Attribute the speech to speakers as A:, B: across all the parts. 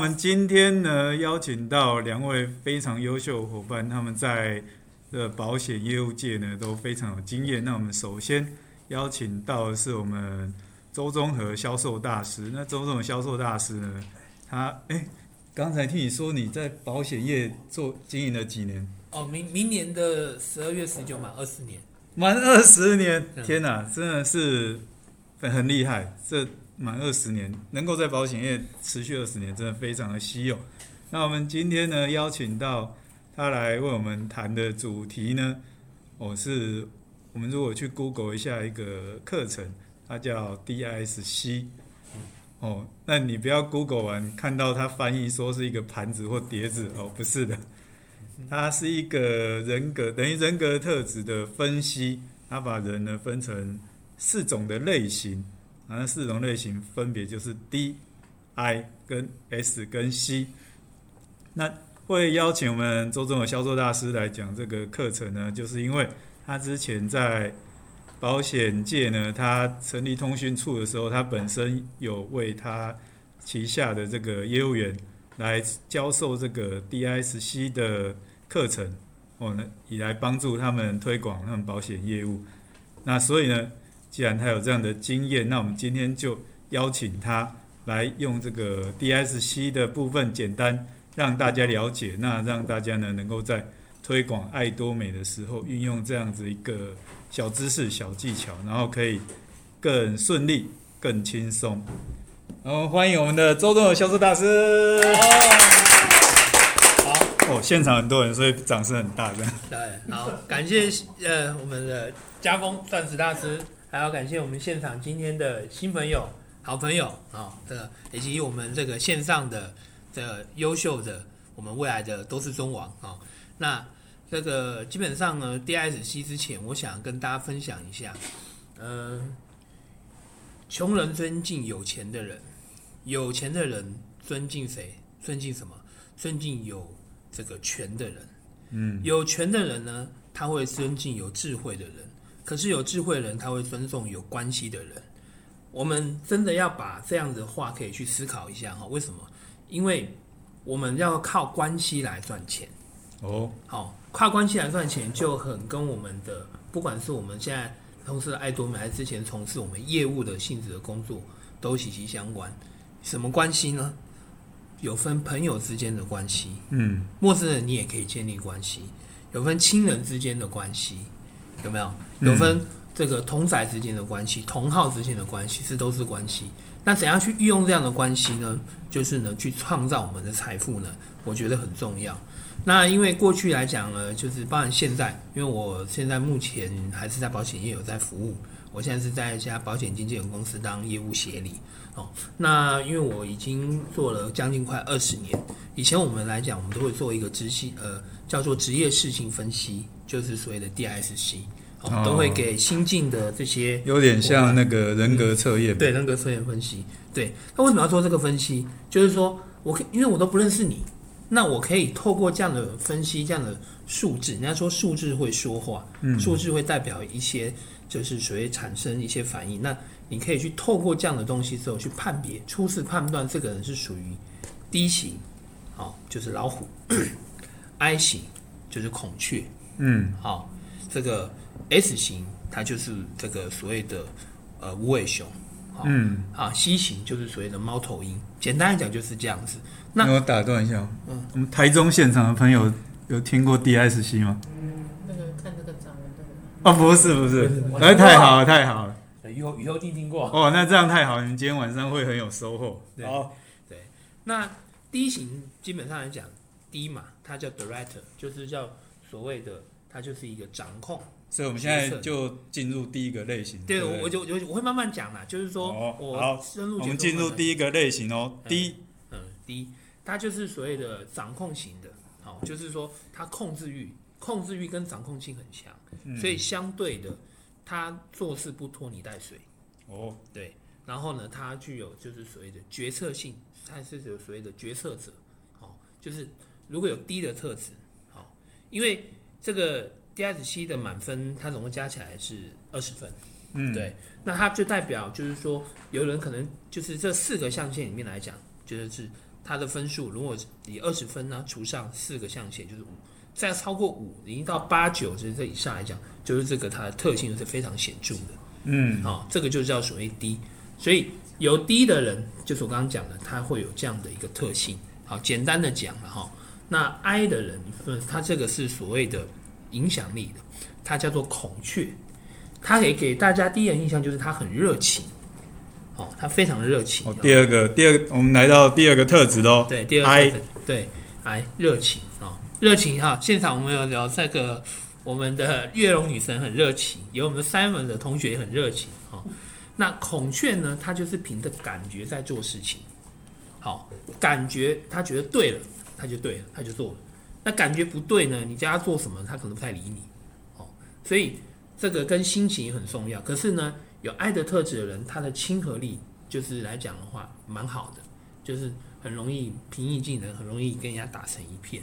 A: 们今天呢邀请到两位非常优秀的伙伴，他们在呃保险业务界呢都非常有经验。那我们首先邀请到的是我们周中和销售大师。那周中和销售大师呢，他哎，刚才听你说你在保险业做经营了几年？
B: 哦，明明年的十二月十九满二十年，
A: 满二十年，
B: 嗯
A: 天哪，真的是很很厉害。这满二十年，能够在保险业持续二十年，真的非常的稀有。那我们今天呢，邀请到他来为我们谈的主题呢，我、是我们如果去 Google 一下一个课程，它叫 DISC。哦，那你不要 Google 完看到它翻译说是一个盘子或碟子哦，不是的，它是一个人格等于人格特质的分析，它把人呢分成四种的类型，啊，那四种类型分别就是 D、I 跟 S 跟 C。那会邀请我们周总的销售大师来讲这个课程呢，就是因为他之前在保险界呢，他成立通讯处的时候，他本身有为他旗下的这个业务员来教授这个 DISC 的课程，哦，那以来帮助他们推广他们保险业务。那所以呢，既然他有这样的经验，那我们今天就邀请他来用这个 DISC 的部分简单让大家了解，那让大家呢能够在推广爱多美的时候运用这样子一个小知识、小技巧，然后可以更顺利、更轻松。然后欢迎我们的周总的销售大师。哦，现场很多人，所以掌声很大，这样。
B: 对，好，感谢呃我们的家风钻石大师，还要感谢我们现场今天的新朋友、好朋友啊、哦，这个以及我们这个线上的的优秀的我们未来的都是中王啊、哦。那这个基本上呢，DSC 之前，我想跟大家分享一下，嗯、穷人尊敬有钱的人，有钱的人尊敬谁？尊敬什么？尊敬有这个权的人。有权的人呢，他会尊敬有智慧的人；可是有智慧的人，他会尊重有关系的人。我们真的要把这样子的话可以去思考一下哈，为什么？因为我们要靠关系来赚钱。
A: 哦，
B: 好、跨关系来赚钱就很跟我们的，不管是我们现在从事的爱多美，还是之前从事我们业务的性质的工作，都息息相关。什么关系呢？有分朋友之间的关系，
A: 嗯，
B: 陌生人你也可以建立关系，有分亲人之间的关系，有没有？
A: 嗯
B: 有分这个同仔之间的关系、同号之间的关系，这都是关系。那怎样去运用这样的关系呢？就是呢，去创造我们的财富呢，我觉得很重要。那因为过去来讲呢，就是包含现在，因为我现在目前还是在保险业有在服务，我现在是在一家保险经纪人公司当业务协理哦。那因为我已经做了将近快二十年，以前我们来讲，我们都会做一个职系呃叫做职业事情分析，就是所谓的 DSC，
A: 哦
B: 哦，都会给新进的这些
A: 有点像那个人格测验。
B: 对，人格测验分析。对，那为什么要做这个分析？就是说我可以因为我都不认识你，那我可以透过这样的分析，这样的数字，人家说数字会说话，
A: 嗯
B: 数字会代表一些就是所谓产生一些反应。那你可以去透过这样的东西之后去判别，初次判断这个人是属于 D 型，好、就是老虎 ；I 型就是孔雀，
A: 嗯，
B: 好、这个 S 型它就是这个所谓的呃无尾熊，好、
A: 嗯
B: 啊 C 型就是所谓的猫头鹰，简单来讲就是这样子。那
A: 那我打断一下，嗯，我们台中现场的朋友有听过 DSC 吗？
C: 那个看那个掌纹的人，
A: 哦，不是不是，
B: 不是
A: 哎，太好了太好了，
B: 雨后雨后听听过，
A: 哦，那这样太好，你们今天晚上会很有收获。
B: 对
A: 好，
B: 那 D 型基本上来讲，D 嘛，它叫 director，就是叫所谓的它就是一个掌控。
A: 所以我们现在就进入第一个类型。
B: 对，
A: 不
B: 我我就我就我会慢慢讲啦，就是说、
A: 哦好
B: 我深入
A: 我
B: 解
A: 们
B: 说
A: 进入
B: 呢
A: 第一个类型哦
B: 嗯
A: ，D
B: 嗯，D，它就是所谓的掌控型的，好、就是说它控制欲、控制欲跟掌控性很强，所以相对的，它做事不拖泥带水，
A: 哦，
B: 对，然后呢，它具有就是所谓的决策性，它是有所谓的决策者，好、就是如果有 D 的特质，好、因为这个 DSC 的满分，它总共加起来是二十分。
A: 嗯，
B: 对，那它就代表就是说，有人可能就是这四个象限里面来讲，觉得是它的分数如果以二十分呢除上四个象限就是五，再超过五，已经到八九就是这以上来讲，就是这个它的特性是非常显著的。
A: 嗯，
B: 哦，这个就叫所谓低。所以有低的人，就是我刚刚讲的，他会有这样的一个特性。好，简单的讲了哈、那 I 的人，嗯，他这个是所谓的影响力的，它叫做孔雀。它给给大家第一眼印象就是他很热情，哦，他非常热情。
A: 哦，第二个，第二个，我们来到第二个特质喽。
B: 对，第二
A: I
B: 个对，哎，热情啊、哦，热情哈、现场我们有聊这个，我们的月龙女神很热情，有我们 Simon 的同学也很热情啊、哦。那孔雀呢，它就是凭着感觉在做事情，好、感觉他觉得对了，他就对了，他就做了。那感觉不对呢，你叫他做什么，他可能不太理你，哦，所以这个跟心情也很重要。可是呢，有爱的特质的人，他的亲和力就是来讲的话，蛮好的，就是很容易平易近人，很容易跟人家打成一片。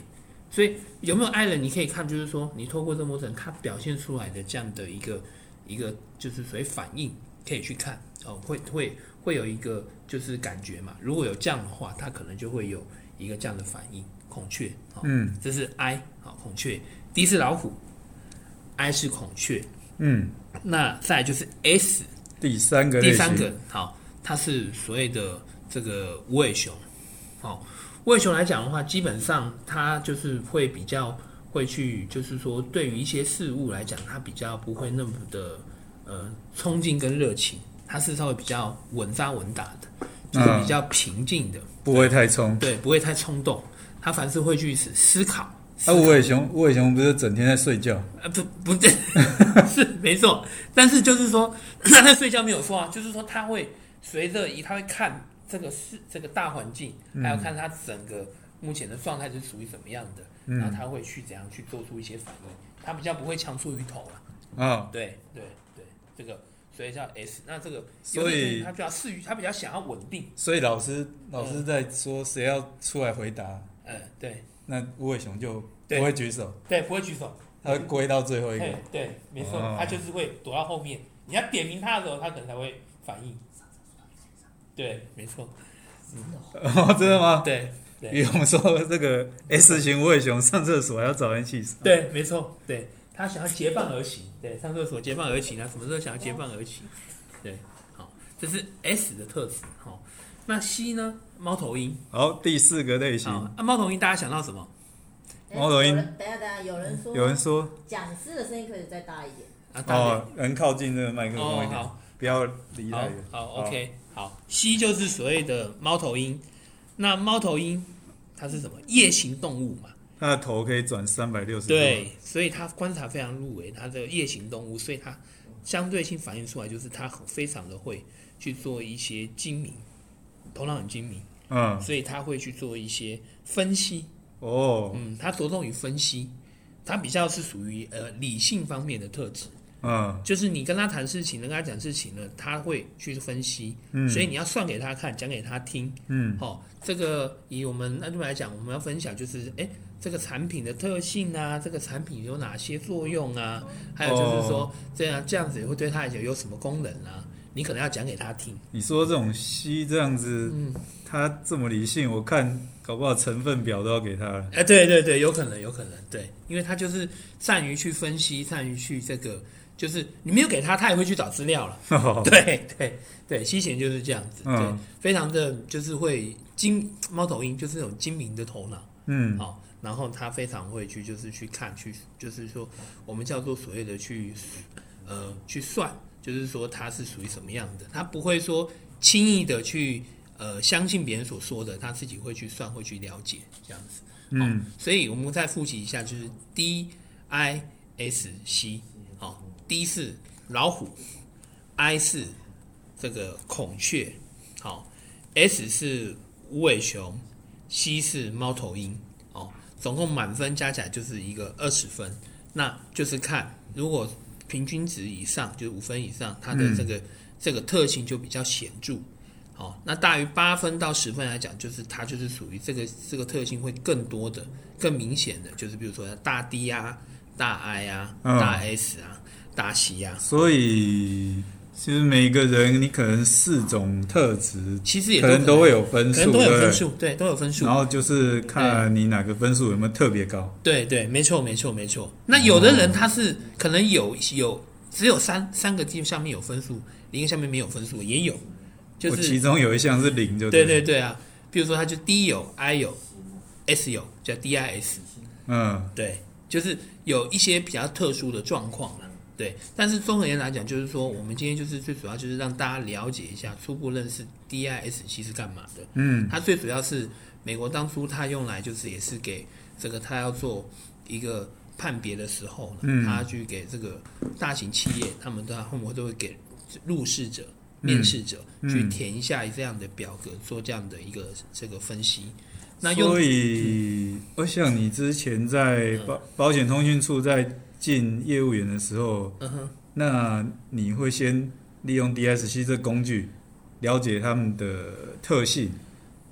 B: 所以有没有爱人，你可以看，就是说你透过这某种他表现出来的这样的一个一个，就是所谓反应，可以去看哦，会会会有一个就是感觉嘛。如果有这样的话，他可能就会有一个这样的反应。孔雀，哦、
A: 嗯
B: 这是 I，好，孔雀，D 是老虎，I 是孔雀，
A: 嗯，
B: 那再来就是 S，
A: 第三个类
B: 第
A: 型，
B: 三个，好，它是所谓的这个无尾熊。好、无尾熊来讲的话，基本上它就是会比较会去，就是说对于一些事物来讲，它比较不会那么的呃冲劲跟热情，它是稍微比较稳扎稳打的，就是
A: 嗯
B: 比较平静的，
A: 不会太冲。
B: 对，不会太冲动。它凡是会去思思考。
A: 啊，无尾熊，无尾熊不是整天在睡觉？
B: 啊，不不对， 是没错。但是就是说，他在睡觉没有错啊，就是说他会随着一，他会看这个是这个大环境，还
A: 嗯
B: 有看他整个目前的状态是属于怎么样的，
A: 嗯
B: 然后他会去怎样去做出一些反应，他比较不会强出鱼头了。
A: 啊，
B: 对对对，这个所以叫 S。那这个
A: 所以
B: 有的人他比较适于，他比较想要稳定。
A: 所以老师老师在说谁要出来回答，
B: 嗯，对
A: 那无尾熊就
B: 对
A: 不会举手，
B: 对，不会举手。
A: 他会归到最后一
B: 对
A: 个。
B: 对，没错
A: 哦，
B: 他就是会躲到后面。你要点名他的时候，他可能才会反应。对，没错，
A: 哦，真的吗？
B: 对
A: 与
B: 对
A: 我们说这个 S 型无尾熊上厕所还要找人气死。
B: 对，没错，对他想要结伴而行，对，上厕所结伴而行啊，什么时候想要结伴而行？对，好，这是 S 的特质。好，那 C 呢？猫头鹰
A: 好，第四个类型，
B: 啊，啊猫头鹰大家想到什么？
A: 猫头鹰
C: 有人等一下等一下，有人说
A: 有人说
C: 讲师的声音可以再大一点，
B: 啊，大家
A: 哦，能靠近那个麦克风一
B: 哦，
A: 点，
B: 好。
A: 不要离太
B: 好
A: 远。
B: 好，OK，好，C 就是所谓的猫头鹰。那猫头鹰它是什么？夜行动物嘛，
A: 它的头可以转三百六十度。
B: 对，所以它观察非常入微，它的夜行动物，所以它相对性反映出来就是它很非常的会去做一些精明，头脑很精明，
A: 嗯，
B: 所以它会去做一些分析，
A: 哦，
B: 嗯，它着重于分析，它比较是属于呃理性方面的特质。
A: 嗯，
B: 就是你跟他谈事情，跟他讲事情呢，他会去分析，
A: 嗯
B: 所以你要算给他看，讲给他听，
A: 嗯，
B: 哦，这个以我们那就来讲，我们要分享就是，哎，这个产品的特性啊，这个产品有哪些作用啊，还有就是说、
A: 哦
B: 这样这样子会对他来讲有什么功能啊，你可能要讲给他听，
A: 你说这种西这样子，它这么理性，我看搞不好成分表都要给它了。
B: 哎，对对对，有可能，有可能，对，因为他就是善于去分析，善于去这个，就是你没有给他，他也会去找资料了。 对对对，西贤就是这样子，
A: 哦嗯
B: 对，非常的就是会精猫头鹰就是那种精明的头脑，
A: 嗯，
B: 好、然后他非常会去就是去看去就是说我们叫做所谓的去呃去算，就是说他是属于什么样的，他不会说轻易的去呃相信别人所说的，他自己会去算会去了解这样子，
A: 嗯
B: 哦，所以我们再复习一下，就是 D I S C，好、哦、，D 是老虎，I 是这个孔雀，好、s 是无尾熊，C 是猫头鹰，哦，总共满分加起来就是一个二十分，那就是看如果平均值以上，就是五分以上，它的这个、这个特性就比较显著。好，那大于八分到十分来讲，就是它就是属于这个这个特性会更多的、更明显的，就是比如说大 D 啊、大 I 啊、
A: 嗯
B: 大 S 啊、大 C 啊，
A: 所以其实每个人你可能四种特质，
B: 其实也
A: 可
B: 都
A: 能都会有分数，
B: 可能都
A: 对
B: 有
A: 不对
B: 分数，哎对，都有分数
A: 然。后就是看你哪个分数有没有特别高，
B: 对对，没错没错没错。那有的人他是可能有有只有三三个项面有分数，零个项面没有分数也有，就
A: 我
B: 是
A: 其中有一项是零，就
B: 对
A: 对，
B: 对对啊，比如说他就 D 有 I 有 S 有叫 DIS，
A: 嗯，
B: 对，就是有一些比较特殊的状况了。对，但是综合而言来讲，就是说我们今天就是最主要就是让大家了解一下，初步认识 DIS 其实干嘛的。
A: 嗯，
B: 它最主要是美国当初它用来就是也是给这个它要做一个判别的时候呢，
A: 嗯
B: 它去给这个大型企业，他们都后面都会给入试者、
A: 嗯
B: 面试者、
A: 嗯
B: 去填一下这样的表格，做这样的一个这个分析。那用嗯
A: 所以我想你之前在保保险通讯处在进业务员的时候，
B: 嗯哼，
A: 那你会先利用 DSC 这工具了解他们的特性，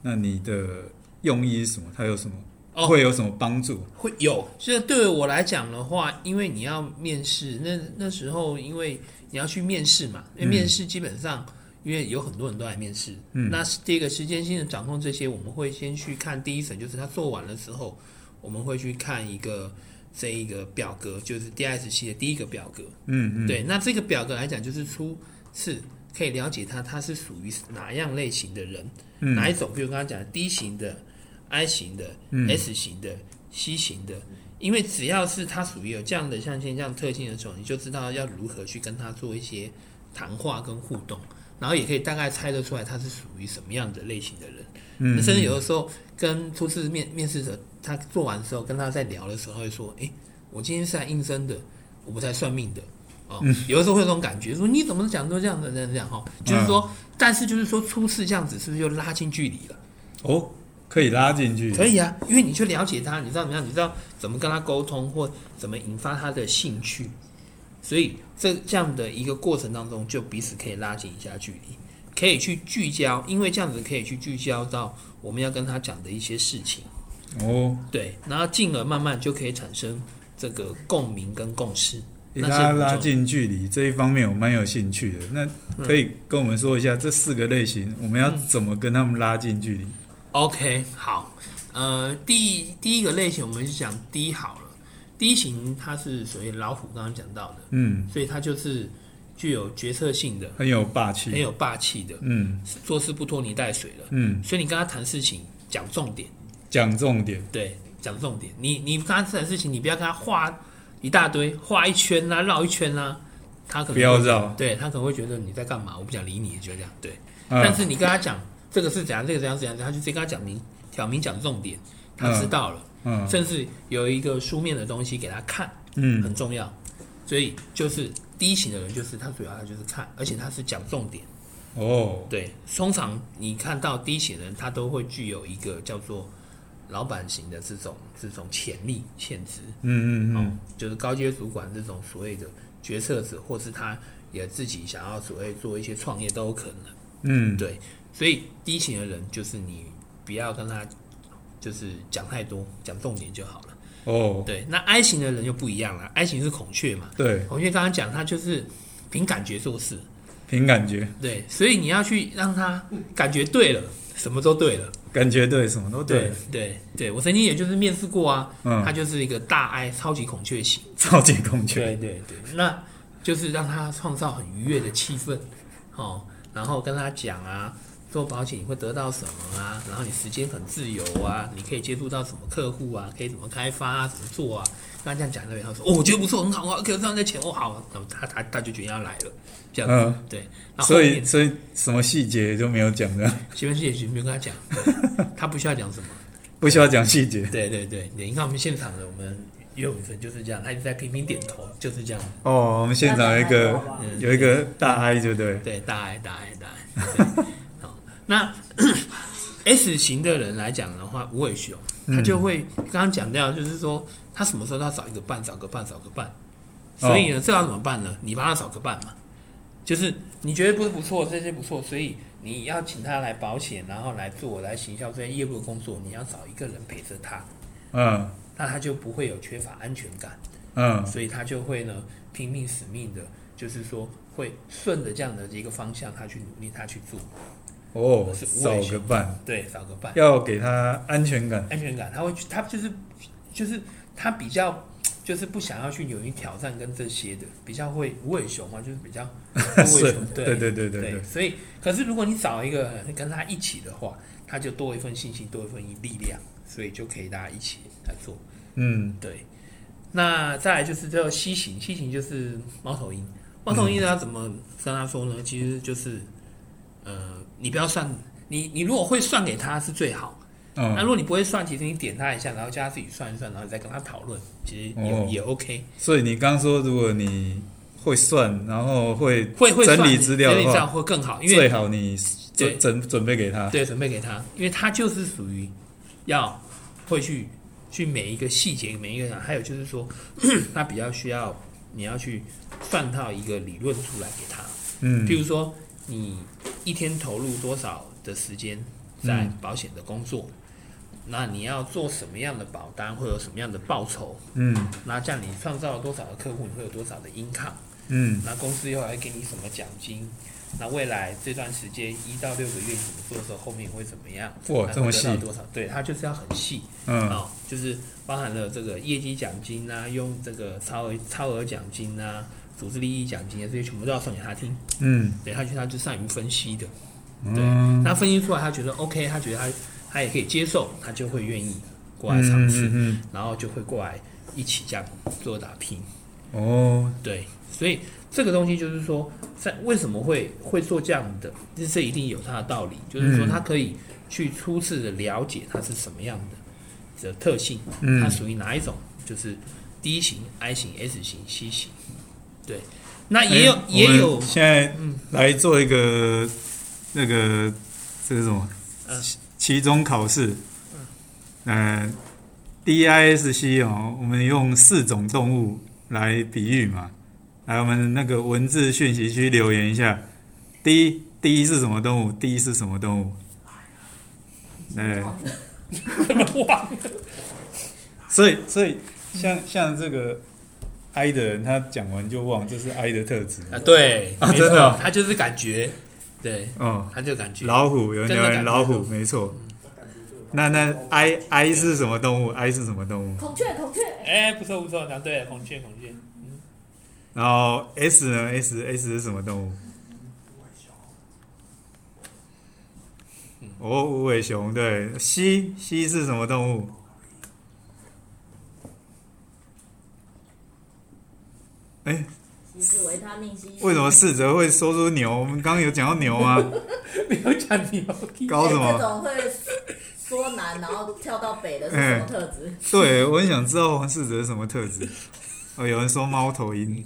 A: 那你的用意是什么？它有什么？
B: 哦
A: 会有什么帮助？
B: 会有，所以对于我来讲的话，因为你要面试，那那时候因为你要去面试嘛，因为
A: 嗯
B: 面试基本上、因为有很多人都来面试，
A: 嗯
B: 那是第一个时间性的掌控这些，我们会先去看第一层，就是他做完了之后，我们会去看一个这一个表格，就是 DSC 的第一个表格，
A: 嗯嗯，
B: 对，那这个表格来讲，就是初次可以了解他他是属于哪样类型的人，
A: 嗯
B: 哪一种，比如刚刚讲的 D 型的、I 型的、
A: 嗯
B: S 型的、C 型的，因为只要是他属于有这样的像现这样特性的时候，你就知道要如何去跟他做一些谈话跟互动，然后也可以大概猜得出来他是属于什么样的类型的人。
A: 嗯
B: 那甚至有的时候跟初次面面试者，他做完之后跟他在聊的时候会说：“诶，我今天是来应征的，我不是来算命的。”哦，
A: 嗯
B: 有的时候会有这种感觉，说你怎么讲都这样的这样哈，就是说，
A: 嗯
B: 但是就是说初次这样子是不是就拉近距离了？
A: 哦，可以拉进去，
B: 可以啊，因为你去了解他，你知道怎么样，你知道怎么跟他沟通，或怎么引发他的兴趣，所以这这样的一个过程当中，就彼此可以拉近一下距离，可以去聚焦，因为这样子可以去聚焦到我们要跟他讲的一些事情，
A: 哦，
B: 对，然后进而慢慢就可以产生这个共鸣跟共识。
A: 给
B: 那
A: 大
B: 是
A: 家
B: 很重
A: 拉
B: 要
A: 近距离这一方面，我蛮有兴趣的。
B: 嗯
A: 那可以跟我们说一下这四个类型，我们要怎么跟他们拉近距离？
B: OK，好，呃，第第一个类型我们就讲 D 好了，D 型它是属于老虎刚刚讲到的。
A: 嗯，
B: 所以他就是具有决策性的，
A: 很有霸
B: 很
A: 气。
B: 有霸气的，
A: 嗯
B: 做事不拖泥带水的。
A: 嗯，
B: 所以你跟他谈事情讲重点，
A: 讲重点。
B: 对，讲重点。你你跟他谈事情，你不要跟他画一大堆，画一圈啦、绕一圈啦、他可能
A: 不要绕
B: 对他可能会觉得你在干嘛，我不想理你，就这样。对，但
A: 啊，
B: 是你跟他讲这个是怎样，这个怎样怎样，他就直接跟他讲明挑明讲重点，他
A: 嗯
B: 知道了，
A: 嗯
B: 甚至有一个书面的东西给他看。
A: 嗯
B: 很重要。所以就是第一型的人，就是他主要他就是看，而且他是讲重点。
A: 哦，
B: 对，通常你看到第一型的人，他都会具有一个叫做老板型的这种这种潜力潜质，
A: 嗯嗯
B: 哦
A: 嗯，
B: 就是高阶主管这种所谓的决策者，或是他也自己想要所谓做一些创业都有可能。
A: 嗯，
B: 对，所以低型的人就是你不要跟他就是讲太多，讲重点就好了。
A: 哦，
B: 对，那 I 型的人就不一样了，I 型是孔雀嘛，
A: 对，
B: 孔雀刚刚讲，他就是凭感觉做事，
A: 凭感觉，
B: 对，所以你要去让他感觉对了，什么都对了，
A: 感觉对，什么都对。
B: 对对，我曾经也就是面试过啊，他
A: 嗯，
B: 就是一个大 I 超级孔雀型，
A: 超级孔雀。
B: 对对，那就是让他创造很愉悦的气氛，哦，然后跟他讲啊。做保险你会得到什么啊？然后你时间很自由啊，你可以接触到什么客户啊，可以怎么开发啊，怎么做啊？刚刚这样讲的，他说哦，我觉得不错，很好啊，可以赚到钱，哦好啊，然后他他他就决定要来了，这样子。
A: 嗯，
B: 对，然后后
A: 所以
B: 面
A: 所以什么细节都没有讲的，
B: 徐文也许没有跟他讲，他不需要讲什么。
A: 不需要讲细节。
B: 对对对，你看我们现场的我们岳永生就是这样，他一直在频频点头，就是这样。
A: 哦，我们现场有一个
B: 嗯，
A: 有一个大 I，就对。
B: 对，大爱大爱大爱。对 好，那 S 型的人来讲的话，无尾熊，
A: 嗯
B: 他就会刚刚讲到，就是说他什么时候都要找一个伴，找个伴，找个伴。所以
A: 哦
B: 呢，这要怎么办呢？你帮他找个伴嘛，就是你觉得不是不错，这些不错，所以你要请他来保险，然后来做来行销这些业务的工作，你要找一个人陪着他，
A: 嗯
B: 那他就不会有缺乏安全感。
A: 嗯
B: 所以他就会呢拼命死命的，就是说会顺着这样的一个方向，他去努力，他去做，
A: 哦，
B: 是无
A: 少
B: 尾
A: 个
B: 熊
A: 半，
B: 对，找个伴，
A: 要给他安全感。
B: 安全感，他会去，他就是就是他比较就是不想要去勇于挑战跟这些的，比较会无尾熊嘛，就是比较 无尾
A: 是
B: 熊，，
A: 对对对对对
B: 对，，所以可是如果你找一个跟他一起的话，他就多一份信心，多一份力量，所以就可以大家一起来做。
A: 嗯，
B: 对，那再来就是叫西行，西行就是猫头鹰。猫头鹰呢，怎么跟他说呢？其实就是，呃，你不要算，你你如果会算给他是最好。那
A: 哦，
B: 如果你不会算，其实你点他一下，然后叫他自己算一算，然后你再跟他讨论，其实也、
A: 哦
B: 也 OK。
A: 所以你刚说，如果你会算，然后会
B: 会会
A: 整理
B: 算
A: 资料的
B: 整理
A: 话
B: 资料会更好，因为
A: 最好你
B: 对
A: 准准准备给他。
B: 对，准备给他，因为他就是属于要会去去每一个细节，每一个人，还有就是说， 他比较需要你要去算到一个理论出来给他，
A: 嗯
B: 譬如说你一天投入多少的时间在保险的工作，那你要做什么样的保单，会有什么样的报酬，
A: 嗯
B: 那这样你创造了多少的客户，你会有多少的 income。
A: 嗯
B: 那公司又来给你什么奖金？那未来这段时间一到六个月你怎么做的时候，后面会怎么样？
A: 哇
B: 那
A: 哦这么
B: 会得到
A: 细
B: 多少？对，它就是要很细啊、
A: 嗯，
B: 哦就是包含了这个业绩奖金啊，用这个超额超额奖金啊，组织利益奖金啊，这些全部都要算给他听。
A: 嗯
B: 对，他就他就善于分析的，
A: 嗯，
B: 那分析出来他觉得 OK，他觉得他他也可以接受，他就会愿意过来
A: 嗯
B: 尝试，
A: 嗯
B: 然后就会过来一起这样做打拼。
A: 嗯哦，
B: 对，所以这个东西就是说，在为什么会会做这样的，这这一定有它的道理，就是说
A: 嗯
B: 它可以去初次的了解它是什么样的的特性，它
A: 嗯
B: 属于哪一种，就是 D 型、I 型、S 型、C 型，对，那也有、
A: 哎
B: 也
A: 我
B: 有
A: 们现在来做一个那个这是什么
B: 嗯？
A: 期中考试，嗯，DISC 哦，我们用四种动物来比喻嘛。来，我们那个文字讯息区留言一下。D D 是什么动物？D 是什么动物？
B: 哎
A: 哎对，
B: 哇，
A: 所以所以像像这个 I 的人，他讲完就忘，这是 I 的特质
B: 啊，对，
A: 啊
B: 没
A: 真的
B: 错
A: 哦
B: 它就是感觉，对，
A: 哦。
B: 它就感觉，
A: 老虎，有人
B: 真
A: 留
B: 的
A: 言
B: 感觉
A: 老虎，没错。那那 I I 是什么动物？I 是什么动物？
C: 孔雀，孔雀，
B: 哎，不错不错，答对了，孔雀孔雀，
A: 然后 S 呢？S S 是什么动物？哦，无尾熊对。C C 是什么动物？
C: 其实维他命 C。
A: 为什么四哲会说出牛？我们刚刚有讲到牛 吗？
B: 没有讲你哦，
A: 搞什
C: 哎这
A: 么？
C: 种会说南然后跳到北的是
A: 哎
C: 什么特质？
A: 对，我很想知道黄世哲是什么特质。哦，有人说猫头鹰。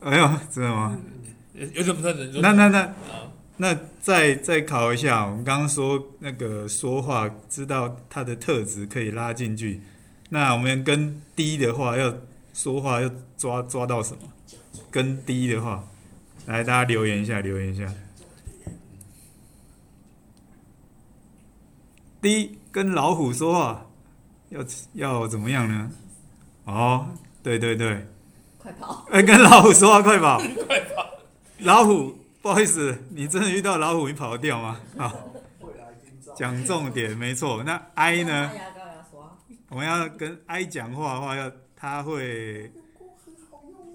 A: 哎呀，真的吗？
B: 有有什么特征？
A: 那那那
B: 啊。
A: 那再再考一下，我们刚刚说那个说话，知道它的特质可以拉进去。那我们跟 D 的话，要说话要抓抓到什么？跟 D 的话，来大家留言一下，留言一下。D 跟老虎说话要要怎么样呢？哦，对对对，
C: 快跑！
A: 哎，跟老虎说话，快跑！快跑！老虎，不好意思，你真的遇到老虎，你跑得掉吗？好，讲重点，没错。那 I 呢？
C: 拿牙膏牙刷。
A: 我们要跟 I 讲话的话，要他会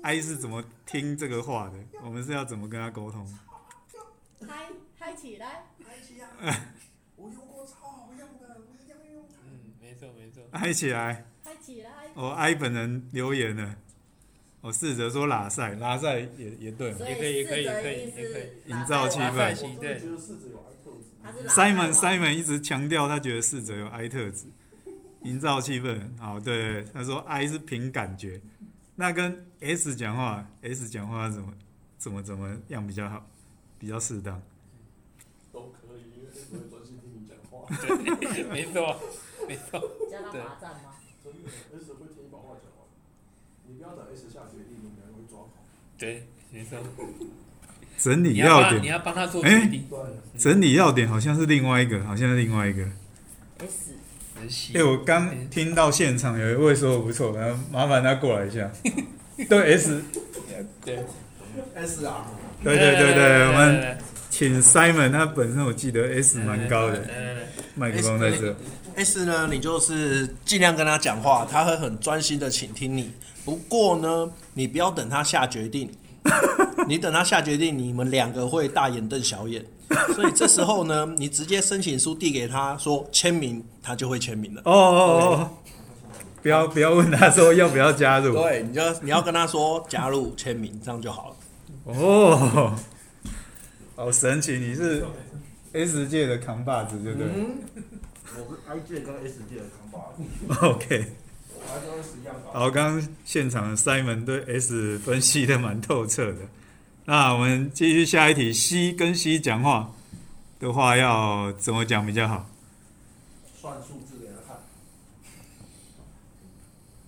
A: I 是怎么听这个话的？我们是要怎么跟他沟通？
C: 嗨嗨起来！
B: 嗯，没错没错，
A: 嗨起来！
C: 嗨起来！
A: 哦，I 本人留言了。我试着说拉塞，拉塞也也对嘛。
C: 所
B: 也可以也可以
C: 四则
B: 也可以
C: 一定
B: 也可以
C: 是
A: 营造气氛
C: 我
B: 对
D: 觉得是只有 I 特质。
C: 他是
A: Simon Simon 一直强调他觉得逝者有 I 特质，营造气氛。好，对，他说 I 是凭感觉。那跟 S 讲话，S 讲话怎么怎么怎么样比较好，比较适当？
D: 都可以，因为不会专心听你讲话，
B: 没错没错，
C: 叫他罚站吗？
D: 真的 S 会听你把话讲完。你不要打 S 下决定，你们两个会抓狂。
B: 对，没错。
A: 整理
B: 你要帮你
A: 点，
B: 要帮他做
A: 哎
B: 决定，
D: 对，
A: 整理要点好像是另外一个，好像是另外一个。
C: S
B: 很细
A: 哎、我刚 听到现场有一位说的不错，然后麻烦他过来一下。对 S，
B: 对
D: SR
A: 对对对对，我们
B: 来
A: 请 Simon，他本身我记得 S 蛮高的，
B: 来来来
A: 麦克风在这。
E: S 呢，你就是尽量跟他讲话，他会很专心的倾听你。不过呢，你不要等他下决定，你等他下决定，你们两个会大眼瞪小眼。所以这时候呢，你直接申请书递给他说签名，他就会签名了。
A: 哦哦哦，不要不要问他说要不要加入。
E: 对，你就你要跟他说加入签名，这样就好了。
A: 哦，好神奇，你是嗯 S 界的扛把子，对不对、
D: 我是 I 界跟 S 界的扛把子，
A: o k
D: 我还跟 S 一样高。
A: 好，刚刚现场的 Simon 对 S 分析的蛮透彻的。那我们继续下一题，C 跟 C 讲话的话要怎么讲比较好？
D: 算数字给他看，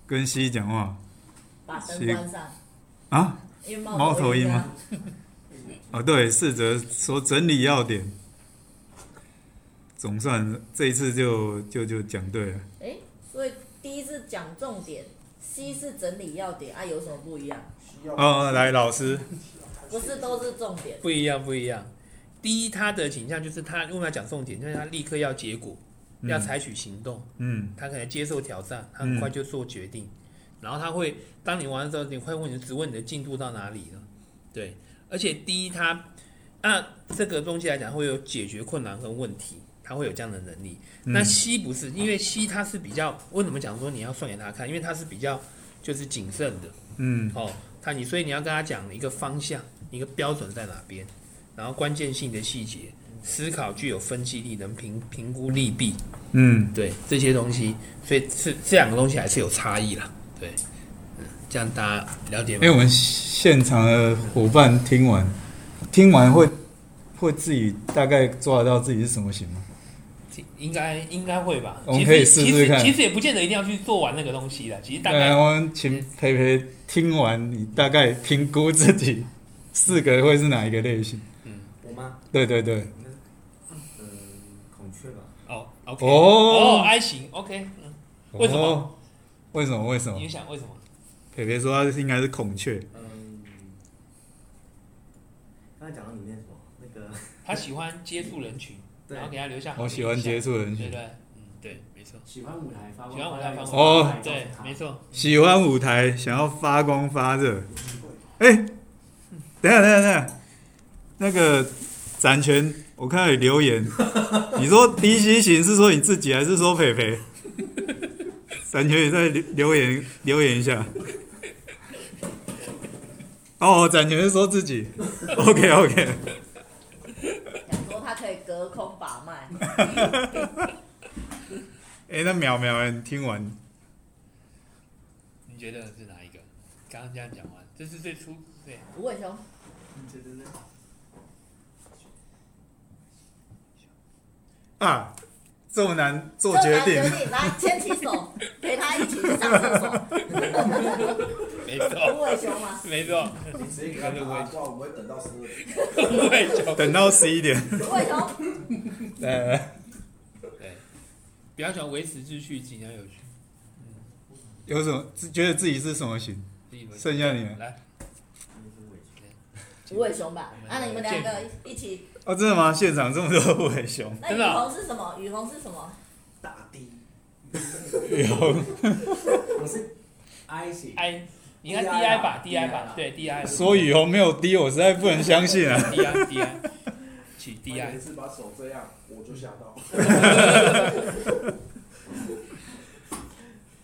A: 跟 C 讲话
C: 把灯关上，
A: 啊？
C: 因为
A: 猫
C: 猫
A: 头鹰
C: 鹰
A: 吗
C: 啊？
A: 哦，对，试着说整理要点。总算这一次就就就讲对了。
C: 哎、所以第一是讲重点，C 是整理要点啊，有什么不一样？
D: 需要
A: 哦，来，老师，
C: 不是都是重点，
B: 不一样，不一样。第一，他的倾向就是他为什么要讲重点，就是他立刻要结果，
A: 嗯
B: 要采取行动，
A: 嗯，
B: 他可能接受挑战，他很快就做决定。然后他会，当你玩的时候，你会问你只问你的进度到哪里了，对。而且第一，他那这个东西来讲会有解决困难跟问题，他会有这样的能力。那
A: 嗯
B: 西不是，因为西他是比较，为什么讲说你要算给他看？因为他是比较就是谨慎的，
A: 嗯
B: 哦，他你所以你要跟他讲一个方向，一个标准在哪边，然后关键性的细节，思考具有分析力，能评评估利弊，
A: 嗯，
B: 对这些东西，所以是这两个东西还是有差异啦，对，嗯，这样大家了解
A: 因
B: 吗？
A: 哎为我们现场的伙伴听完，听完会会自己大概抓得到自己是什么型吗？
B: 其应该应该会吧，
A: 我们
B: 其实
A: 可以试试看
B: 其实其实也不见得一定要去做完那个东西啦，其实大
A: 对，
B: 概嗯
A: 呃我们请培培听完，你大概评估自己四个会是哪一个类型？
F: 我吗？
A: 对对对，
F: 嗯，孔雀吧。
B: 哦，OK，
A: 哦
B: 哦，I 型，OK，嗯，为什么
A: 哦？为什么？为什么
B: 你？想为什么？
A: 培培说他是应该是孔雀，
F: 嗯，刚才讲到里面什么？那个
B: 他喜欢接触人群，然后给他留下好的
A: 我喜欢
B: 印象
A: 接触人
B: 对
A: 群
B: 不，对？嗯，对，没错，
F: 喜欢舞台发光，
B: 喜欢舞台发
A: 光哦
B: 对，没错，
A: 喜欢舞台，想要发光发热。哎、等一下等一下等一下，那个展权，我看到你留言，你说 D C 型是说你自己还是说培培？展权也在留留言留言一下。哦，展权是说自己。OK OK，
C: 讲说它可以隔空把 脉，
A: 哎、那淼淼，你听完
B: 你觉得是哪一个？刚刚这样讲完，这是最初对，
C: 吴伟雄
F: 你觉得呢？
A: 啊，这么难做
C: 这
A: 决
C: 来
A: 定，
C: 决定，来牵起 手，陪他一起去上厕 所，
B: 没错，
C: 吴伟雄吗？
B: 没错，
D: 你直接给他打挂，我会等到十二点。
B: 不会 就
A: 等到十一点。
C: 吴伟雄，
A: 来来来。
B: 对，比较喜欢维持秩序，井然有序，
A: 有什么自觉得自己是什么型？
B: 自己们
A: 剩下你们
B: 来，
C: 吴伟雄吧？啊，你们两个一起，
A: 哦，真的吗？现场这么多尾熊，
C: 那
B: 真
C: 雨
B: 的啊
C: 虹是什么？雨虹是什么？
F: 大地，
A: 有
F: 我是 I 型，
B: 哎，你看
F: DI
B: DI 吧
F: DI
B: ，DI 吧，对，DI，
A: 说雨虹没有低，我实在不能相信啊！
B: ，DI，DI，起
D: 他每
B: DI，
D: 次把手这样，我就吓到。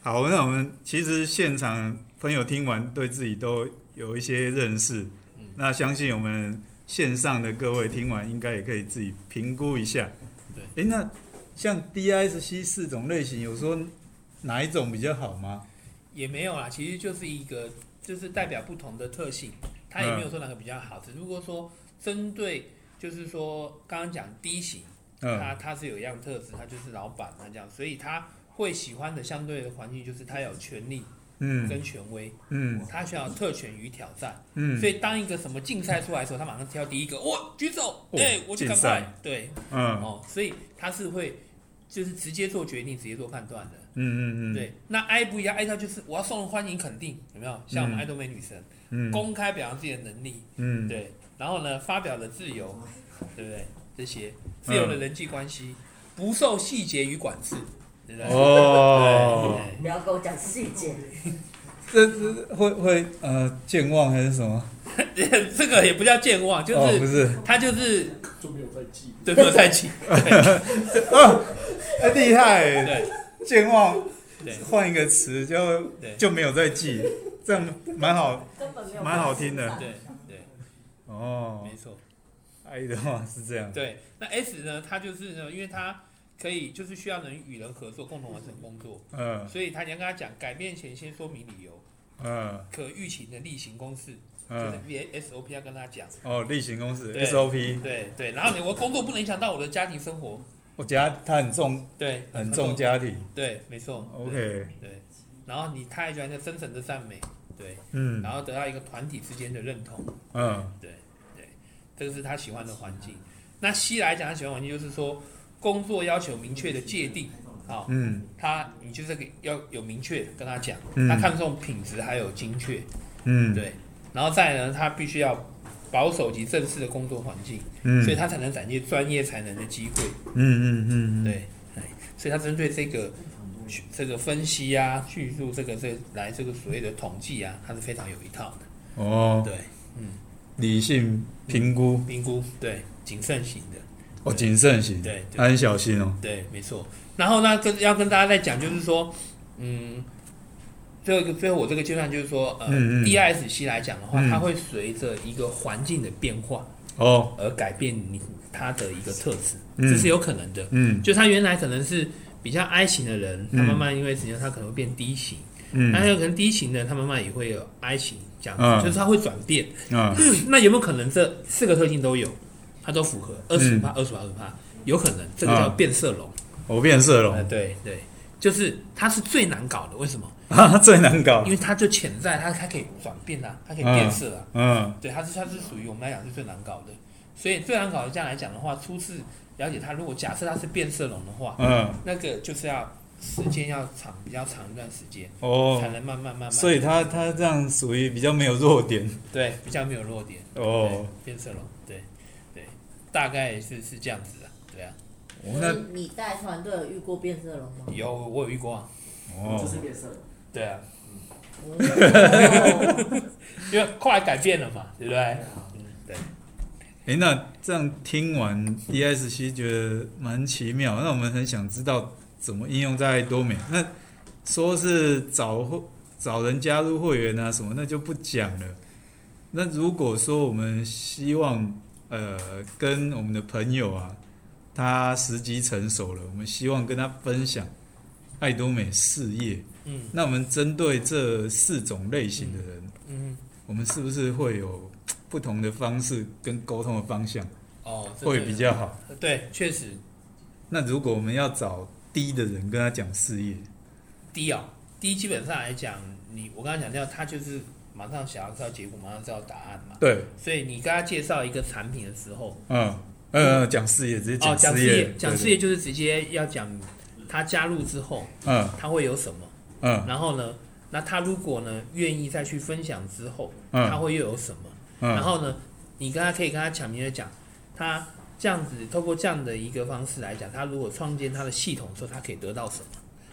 A: 好，那我们其实现场朋友听完，对自己都有一些认识。那相信我们线上的各位听完，应该也可以自己评估一下。对，哎，那像 DISC 四种类型，有说哪一种比较好吗？
B: 也没有啦，其实就是一个，就是代表不同的特性，它也没有说哪个比较好，只不过说针对，就是说刚刚讲 D 型。
A: 嗯，
B: 他他是有一样特质，他就是老板，他这样，所以他会喜欢的相对的环境就是他有权力
A: 嗯
B: 跟权威，
A: 嗯
B: 他需要特权与挑战，所
A: 嗯
B: 以当一个什么竞赛出来的时候，他马上挑第一个，我举手，
A: 哦
B: 对，我
A: 竞
B: 就赶快
A: 赛，
B: 对，
A: 嗯，
B: 哦，所以他是会就是直接做决定、直接做判断的。
A: 嗯嗯嗯，，
B: 对，那 I 不一样，I 它就是我要受人欢迎肯定，有没有？像我
A: 嗯
B: 们爱多美女神，
A: 嗯，
B: 公开表扬自己的能力，
A: 嗯，
B: 对，然后呢，发表了自由，对不对？这些
A: 嗯
B: 自由的人际关系，不受细节与管制，对不对？
A: 哦，
B: 对
C: 不要跟我讲细节，
A: 这这会会呃健忘还是什么？
B: 对这个也不叫健忘，就
A: 哦，
B: 是
A: 不 是，
B: 他就是
D: 就没有在记。
B: 对没有在 一起，
A: 哎啊厉害，
B: 对
A: 健忘
B: 对
A: 换一个词就
B: 对
A: 就没有再记， 这样蛮好
C: 根本没有。
A: 蛮好听的
B: 对，
A: 哦
B: 没。错，
A: 爱的话是这样，
B: 对。那 S 呢，它就是呢，因为它可以就是需要能与人合作，共同完成工作，
A: 嗯
B: 所以他你要跟他讲，改变前先说明理由，
A: 嗯
B: 可预期的例行公事，就是
A: 嗯，
B: V S O P 要跟他讲，
A: 哦，例行公事
B: 对
A: SOP，
B: 对对。然后你我工作不能影响到我的家庭生活，
A: 我觉得他很重
B: 对，
A: 很重，家庭
B: 对，没错
A: ，OK，
B: 对。然后你太喜欢深层的赞美，对，
A: 嗯
B: 然后得到一个团体之间的认同。
A: 嗯
B: 这个是他喜欢的环境。那 C 来讲，他喜欢的环境就是说，工作要求明确的界定啊、
A: 嗯
B: 他你就是给要有明确跟他讲，
A: 嗯
B: 他看重品质还有精确，
A: 嗯，
B: 对。然后再来呢，他必须要保守及正式的工作环境，
A: 嗯，
B: 所以他才能展现专业才能的机会，
A: 嗯嗯嗯，嗯，
B: 对。哎所以他针对这个这个分析啊、叙述这个这来这个所谓的统计啊，他是非常有一套的，
A: 哦，
B: 对，
A: 理性评估，
B: 评估对谨慎型的，
A: 哦，谨慎型，
B: 对对
A: 他很小心哦，
B: 对，没错。然后呢，跟要跟大家再讲，就是说，嗯，最后一个最后我这个阶段就是说，呃、
A: 嗯嗯
B: d s c 来讲的话，
A: 嗯
B: 它会随着一个环境的变化
A: 哦，
B: 而改变你它的一个特质，
A: 嗯
B: 这是有可能的。
A: 嗯
B: 就他原来可能是比较 I 型的人，他
A: 嗯
B: 慢慢因为时间他可能会变 D 型，那
A: 嗯
B: 有可能 D 型的他慢慢也会有 I 型这样子，
A: 嗯
B: 就是他会转变。
A: 啊，
B: 那有没有可能这四个特性都有，它都符合二十五趴、二十五二十趴？有可能，这个叫
A: 嗯
B: 变色龙。
A: 我变色
B: 呃，
A: 龙
B: 对对，就是它是最难搞的，为什么？
A: 啊，最难搞
B: 因，为它就潜在，它它可以转变啊，它可以变色啊，
A: 嗯
B: 对，它是它是属于我们来讲是最难搞的。所以最难搞的这样来讲的话，初次了解它，如果假设它是变色龙的话，
A: 嗯，
B: 那个就是要时间要长，比较长一段时间，才
A: 哦，
B: 能慢慢慢慢，
A: 所以他他这样属于比较没有弱点
B: 对比较没有弱点。
A: 哦
B: 对，，变色龙，对对，大概是是这样子的，对啊，
A: 哦那
C: 所以你带团队有遇过变色龙吗？
B: 有我有遇过啊，
F: 就
A: 哦，
F: 是变色了。
B: 对啊，
C: 哦
B: 因为后来改变了嘛，对不对？
A: 诶，那这样听完 ESC 觉得蛮奇妙，那我们很想知道怎么应用在多美。那说是找会找人加入会员啊什么，那就不讲了。那如果说我们希望呃跟我们的朋友啊，他时机成熟了，我们希望跟他分享爱多美事业，
B: 嗯
A: 那我们针对这四种类型的人，
B: 嗯，
A: 我们是不是会有不同的方式跟沟通的方向？
B: 哦，这
A: 会
B: 对
A: 比较好。
B: 对，确实
A: 那如果我们要找低的人跟他讲事业，
B: 低哦，低基本上来讲，你我刚刚讲到，他就是马上想要知道结果，马上知道答案嘛，
A: 对，
B: 所以你跟他介绍一个产品的时候，
A: 嗯嗯，讲事业直接
B: 哦，讲
A: 事
B: 事
A: 业，
B: 业，讲事业就是直接要讲他加入之后
A: 对，对
B: 他会有什么，
A: 嗯
B: 然后呢，那他如果呢愿意再去分享之后，
A: 嗯
B: 他会又有什么？
A: 嗯，
B: 然后呢，你跟他可以跟他讲明的讲，他这样子透过这样的一个方式来讲，他如果创建他的系统之后，他可以得到什么？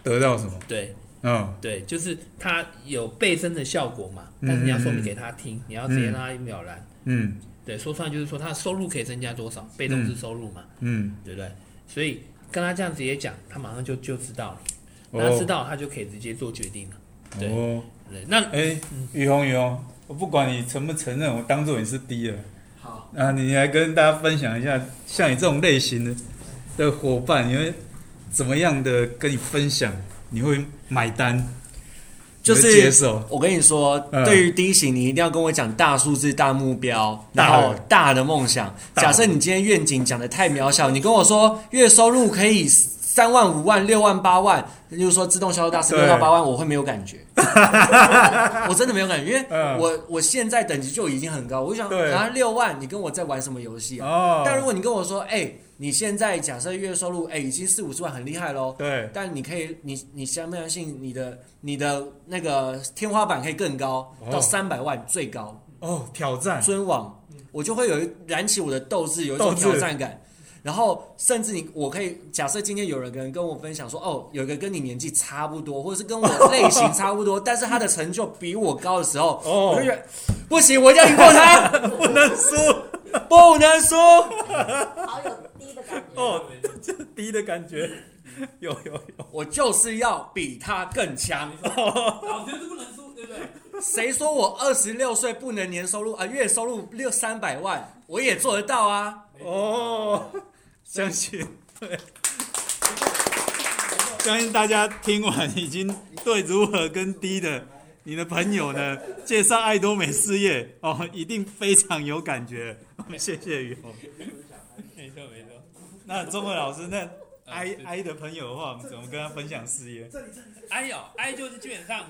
A: 得到什么？
B: 对
A: 嗯
B: 对，就是他有倍增的效果嘛。但是你要说明给他听，你要直接让他一了然。
A: 嗯
B: 对，说出来就是说他的收入可以增加多少，被动式收入嘛，
A: 嗯，
B: 对不对？所以跟他这样直接讲，他马上就就知道了。
A: 哦
B: 那他知道，他就可以直接做决定了。对
A: 哦，
B: 对，那
A: 哎，于红于红，我不管你承不承认，我当做你是低的。
F: 好，
A: 啊，你来跟大家分享一下，像你这种类型的的伙伴，你会怎么样的跟你分享？你会买单？
E: 就
A: 你会接
E: 是
A: 受？
E: 我跟你说，
A: 嗯
E: 对于 D 型，你一定要跟我讲大数字、大目标，然
A: 大的
E: 后大的梦想。
A: 大的
E: 假设你今天愿景讲的太渺小，你跟我说月收入可以三万、五万、六万、八万，例如说自动销售大师
A: 对
E: 六到八万，我会没有感觉。
G: 我真的没有感觉，因为
A: 嗯
G: 我我现在等级就已经很高，我就想
A: 对
G: 拿六万，你跟我在玩什么游戏啊？
A: 哦，
G: 但如果你跟我说，哎、你现在假设月收入，哎、已经四五十万，很厉害喽。
A: 对
G: 但你可以，你你相不相信你的你的那个天花板可以更高，
A: 哦
G: 到三百万最高，
A: 哦，挑战
G: 尊王，我就会有一燃起我的斗志，有一
A: 斗
G: 种
A: 志
G: 挑战感。然后甚至你，我可以假设今天有人跟跟我分享说，哦，有一个跟你年纪差不多，或者是跟我类型差不多，但是他的成就比我高的时候，
A: 哦
G: 我就觉得不行，我一定要赢过他，
A: 不能输
G: 不能输。
C: 好有低的感觉。
A: 哦，这这低的感觉，有有有，
G: 我就是要比他更强。
B: 老子就是不能输，对不对？
G: 谁说我二十六岁不能年收入啊、月收入六三百万，我也做得到啊！
A: 哦，相信，对，相信大家听完已经对如何跟低的你的朋友呢介绍爱多美事业哦，一定非常有感觉。 谢谢雨虹。
B: 没错没错，
A: 那钟伟老师，那 I
B: 对
A: I 的朋友的话，我们怎么跟他分享事业？
B: 哎呦，哎就是基本上，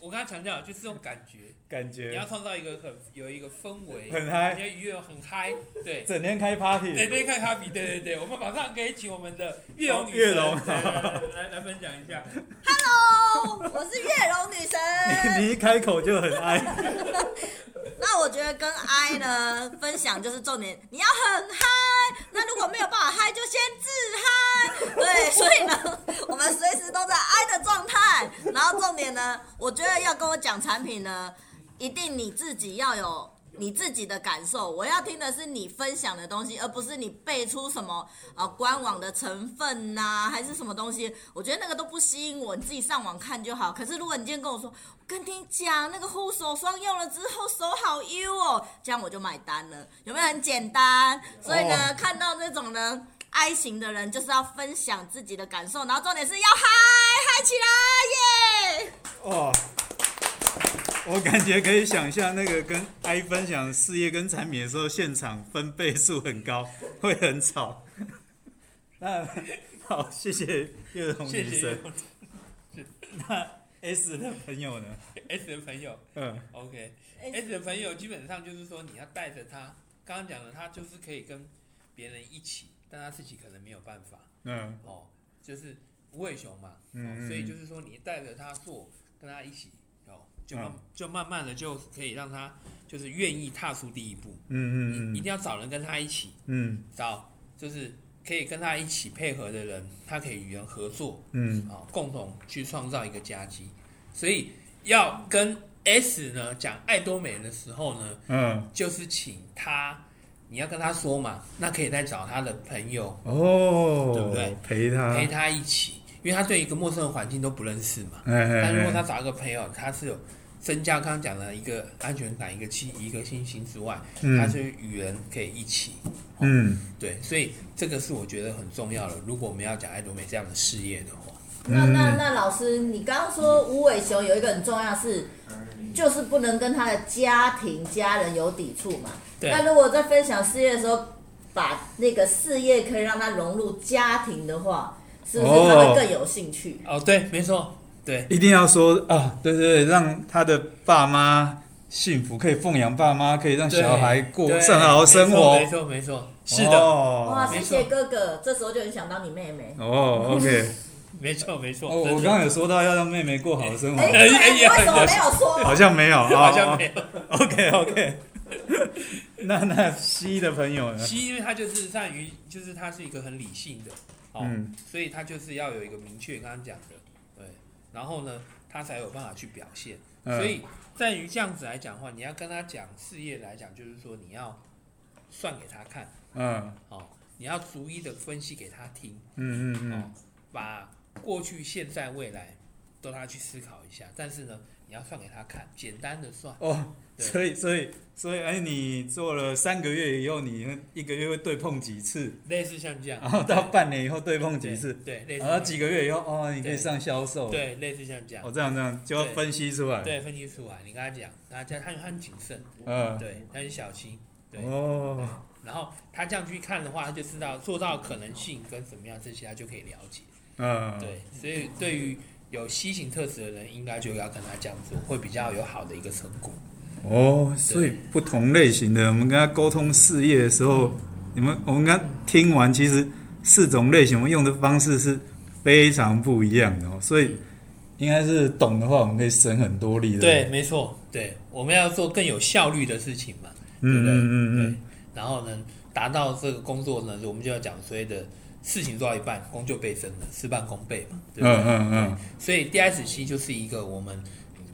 B: 我刚刚强调就是这种感觉，
A: 感
B: 你要
A: 觉
B: 创造一个很有一个氛围，
A: 很嗨
B: 你要愉悦很嗨，对。
A: 整天开
B: 对
A: party，
B: 对，看卡比，对对对，我们马上可以请我们的月龙女
A: 哦
B: 神
A: 月龙
B: 对来来来来分享一下，
C: Hello，我是月容女神。
A: 你一开口就很 I，
C: 那我觉得跟 I 呢分享就是重点，你要很嗨。那如果没有办法嗨，就先自嗨。对，所以呢，我们随时都在 I 的状态。然后重点呢，我觉得要跟我讲产品呢，一定你自己要有。你自己的感受，我要听的是你分享的东西，而不是你背出什么呃官网的成分呐、还是什么东西。我觉得那个都不吸引我，你自己上网看就好。可是如果你今天跟我说，我跟你讲，那个护手霜用了之后手好油哦，这样我就买单了，有没有很简单？所以呢，看到这种呢。I 型的人就是要分享自己的感受，然后重点是要嗨嗨起来，耶、
A: 哇！哦我感觉可以想象那个跟 I 分享事业跟产品的时候，现场分贝数很高， 会很吵。 那好，谢谢月容
B: 谢
A: 女
B: 谢月
A: 神。
B: 龙
A: S 的朋友呢？
B: S 的朋友
A: 嗯，
B: ，OK。S 的朋友基本上就是说，你要带着他，刚刚讲的，他就是可以跟别人一起，但他自己可能没有办法
A: 嗯，
B: 哦，就是无尾熊嘛，哦
A: 嗯，
B: 所以就是说你带着他做，跟他一起哦，就慢
A: 嗯
B: 就慢慢的就可以让他就是愿意踏出第一步，
A: 嗯
B: 一一
A: 嗯
B: 定要找人跟他一起，
A: 嗯
B: 找就是可以跟他一起配合的人，他可以与人合作，
A: 嗯
B: 啊，共同去创造一个佳绩。所以要跟 S 呢讲爱多美的时候呢，
A: 嗯，
B: 就是请他，你要跟他说嘛，那可以再找他的朋友
A: 哦，
B: 对不对？哎
A: 陪他，
B: 陪他一起，因为他对一个陌生的环境都不认识嘛。
A: 哎哎
B: 但如果他
A: 哎
B: 找一个朋友，他是有增加刚刚讲的一个安全感、一个信一个信心之外，他
A: 嗯
B: 是与人可以一起。
A: 嗯。
B: 对，所以这个是我觉得很重要的。如果我们要讲爱多美这样的事业的话，
C: 那那那老师，你刚刚说无尾熊有一个很重要的是，就是不能跟他的家庭、家人有抵触嘛。
B: 对
C: 那如果在分享事业的时候，把那个事业可以让他融入家庭的话，是不是他
A: 哦
C: 会更有兴趣？
B: 哦，对，没错，对，
A: 一定要说啊，对对对，让他的爸妈幸福，可以奉养爸妈，可以让小孩过
B: 对
A: 上好生活
B: 没。错，没错，没错是的，
C: 哇，
A: 哦
C: 谢谢哥哥，这时候就很想当你妹妹。
A: 哦，OK，
B: 没错，没错。
A: 哦， 我
B: 真的
A: 刚刚有说到要让妹妹过好生活
C: 哎、，
B: 哎
C: 对
B: 哎
C: 你为什么没有
A: 好
C: 说？
A: 像没有，哦
B: 好像没有。
A: OK OK。那那 C 的朋友呢？
B: 西，因为他就是善于，就是他是一个很理性的，哦，
A: 嗯
B: 所以他就是要有一个明确刚刚讲的，对，然后呢，他才有办法去表现。
A: 嗯
B: 所以在于这样子来讲的话，你要跟他讲事业来讲，就是说你要算给他看，
A: 嗯
B: 哦，你要逐一的分析给他听。
A: 嗯嗯嗯
B: 哦，把过去、现在、未来都让他去思考一下。但是呢，你要算给他看，简单的算。
A: 哦，
B: 对
A: 所以所以所以，哎，你做了三个月以后，你一个月会对碰几次，
B: 类似像这样，
A: 然后到半年以后对碰几次，
B: 对，对类
A: 然后
B: 似像
A: 几个月以后，哦，你可以
B: 对
A: 上销售。
B: 对，类似像这样
A: 哦，，这样这样就要
B: 对
A: 分析出来。
B: 对，分析出来。你跟他讲，他他他很谨慎，
A: 嗯，
B: 对，他很小心，对
A: 哦，
B: 然后他这样去看的话，他就知道做到可能性跟怎么样这些，他就可以了解。
A: 嗯，
B: 对，所以对于有 C 型特质的人应该就要跟他这样做，会比较有好的一个成果。
A: 哦，所以不同类型的，我们跟他沟通事业的时候，
B: 嗯
A: 你们我们刚听完，其实四种类型我们用的方式是非常不一样的哦，所以应该是懂的话，我们可以省很多力的。
B: 对，，没错，对，我们要做更有效率的事情嘛，
A: 嗯
B: 对不对？
A: 嗯嗯
B: 对。然后呢，达到这个工作呢，我们就要讲所谓的事情做到一半，功就倍增了，事半功倍嘛，
A: 嗯
B: 对不对？
A: 嗯嗯嗯，
B: 所以 D S C 就是一个我们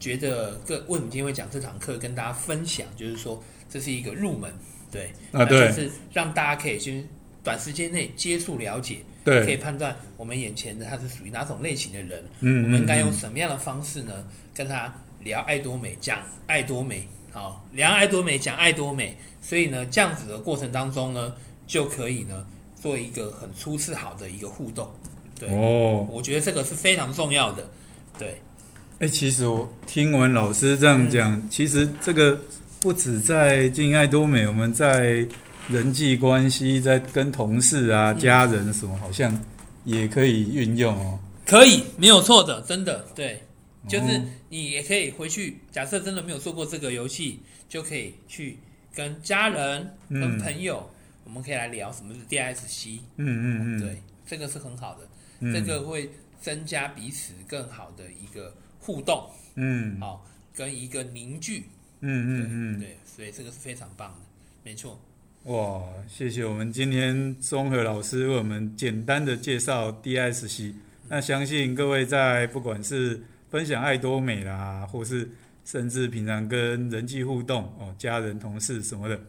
B: 觉得个为什么今天会讲这堂课跟大家分享，就是说这是一个入门，对，
A: 啊
B: 那
A: 对
B: 就是让大家可以先短时间内接触了解，可以
A: 对，
B: 判断我们眼前的他是属于哪种类型的人，
A: 嗯，
B: 我们应该
A: 嗯
B: 用什么样的方式呢？跟他聊爱多美，讲爱多美，好，聊爱多美，讲爱多美。所以呢，这样子的过程当中呢，就可以呢做一个很初次好的一个互动。对，
A: 哦，
B: 我觉得这个是非常重要的。对，
A: 哎，其实我听完老师这样讲，
B: 嗯
A: 其实这个不止在敬爱多美，我们在人际关系，在跟同事
B: 嗯
A: 啊、家人什么，好像也可以运用哦。
B: 可以，没有错的，真的对。就是
A: 嗯
B: 你也可以回去，假设真的没有做过这个游戏，就可以去跟家人、跟
A: 嗯
B: 朋友，我们可以来聊什么是 DSC，
A: 嗯嗯嗯，
B: 对，这个是很好的，
A: 嗯，
B: 这个会增加彼此更好的一个互动，
A: 嗯
B: 好、跟一个凝聚，
A: 嗯嗯嗯，
B: 对，所以这个是非常棒的，没错，
A: 哇，谢谢我们今天综合老师为我们简单的介绍 DSC。那
B: 嗯
A: 相信各位在不管是分享爱多美啦，或是甚至平常跟人际互动哦，家人、同事什么的，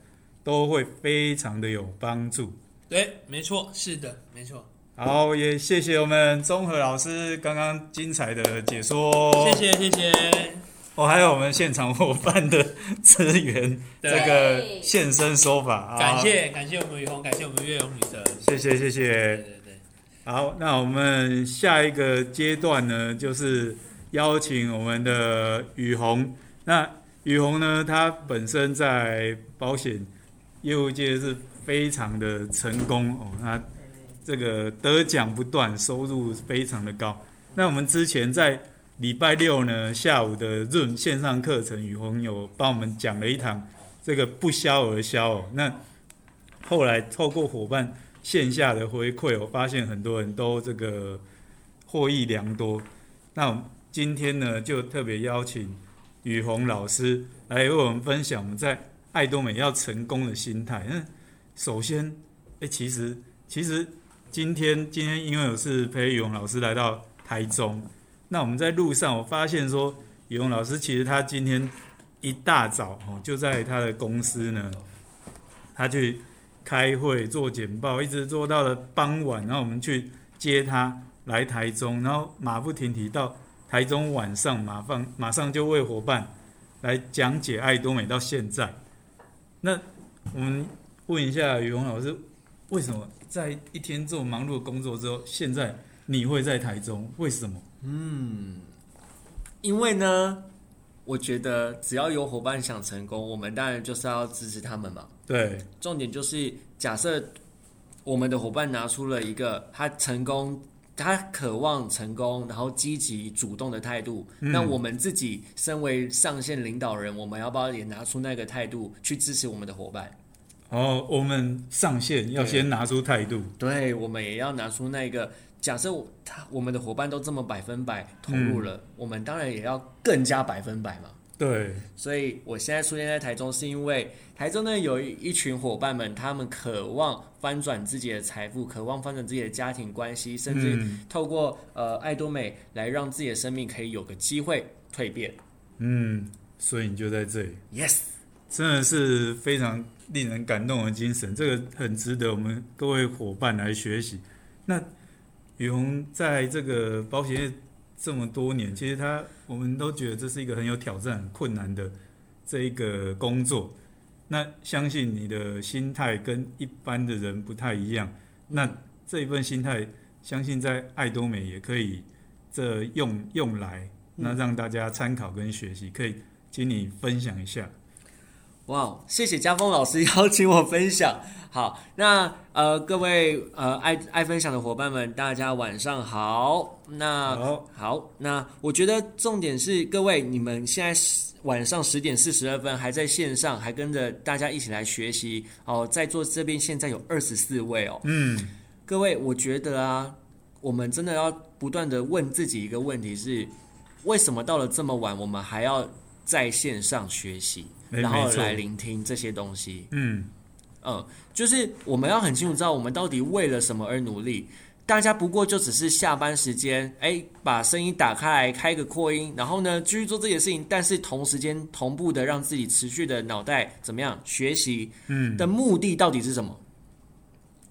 A: 都会非常的有帮助。
B: 对，没错，是的，没错，
A: 好，也谢谢我们综合老师刚刚精彩的解说，
B: 谢。谢，谢谢，
A: 哦，还有我们现场伙伴的资源，这
B: 对
A: 个现身说法，啊
B: 感，谢，感谢我们雨虹，感谢我们月勇女神，
A: 谢谢，谢谢
B: 对。对对。
A: 好，那我们下一个阶段呢，就是邀请我们的雨虹。那雨虹呢，她本身在保险业务界是非常的成功哦，她这个得奖不断，收入非常的高。那我们之前在礼拜六呢下午的 Zoom 线上课程，雨虹有帮我们讲了一堂这个不销而销哦。那后来透过伙伴线下的回馈，我发现很多人都这个获益良多。那我们今天呢，就特别邀请雨虹老师来为我们分享我们在爱多美要成功的心态。那首先，哎、其实其实今天今天因为我是陪雨虹老师来到台中，那我们在路上我发现说，雨虹老师其实他今天一大早哦就在他的公司呢，他去开会做简报，一直做到了傍晚，然后我们去接他来台中，然后马不停蹄到台中晚上，马上马上就为伙伴来讲解爱多美到现在。那我们问一下于红老师，为什么在一天做忙碌的工作之后，现在你会在台中？为什么？
G: 因为呢，我觉得只要有伙伴想成功，我们当然就是要支持他们嘛。
A: 对，
G: 重点就是，假设我们的伙伴拿出了一个他成功，他渴望成功，然后积极主动的态度，
A: 嗯
G: 那我们自己身为上线领导人，我们要不要也拿出那个态度去支持我们的伙伴？
A: 哦，我们上线要先拿出态度，
G: 对，我们也要拿出那个。假设我他我们的伙伴都这么百分百投入了，我们当然也要更加百分百嘛。
A: 对，
G: 所以我现在出现在台中，是因为台中呢有一群伙伴们，他们渴望翻转自己的财富，渴望翻转自己的家庭关系，甚至
A: 嗯
G: 透过呃爱多美来让自己的生命可以有个机会蜕变。
A: 嗯，所以你就在这里。
G: Yes，
A: 真的是非常令人感动的精神，这个很值得我们各位伙伴来学习。那雨虹在这个保险业这么多年，其实他我们都觉得这是一个很有挑战、很困难的这一个工作。那相信你的心态跟一般的人不太一样，那这一份心态，相信在爱多美也可以这用嗯用来，那让大家参考跟学习。可以，请你分享一下。
G: 哇哦，谢谢家峰老师邀请我分享。好，那呃各位呃爱爱分享的伙伴们，大家晚上好。那
A: 好
G: 那我觉得重点是各位你们现在是晚上十点四十二分还在线上，还跟着大家一起来学习哦。在座这边现在有二十四位哦，
A: 嗯，
G: 各位，我觉得啊，我们真的要不断的问自己一个问题是：为什么到了这么晚，我们还要在线上学习，
A: 没
G: 然后
A: 没错
G: 来聆听这些东西？
A: 嗯，
G: 嗯，就是我们要很清楚知道我们到底为了什么而努力。大家不过就只是下班时间，哎，把声音打开来，开个扩音，然后呢，继续做自己的事情，但是同时间同步的让自己持续的脑袋怎么样学习，
A: 嗯
G: 的目的到底是什么？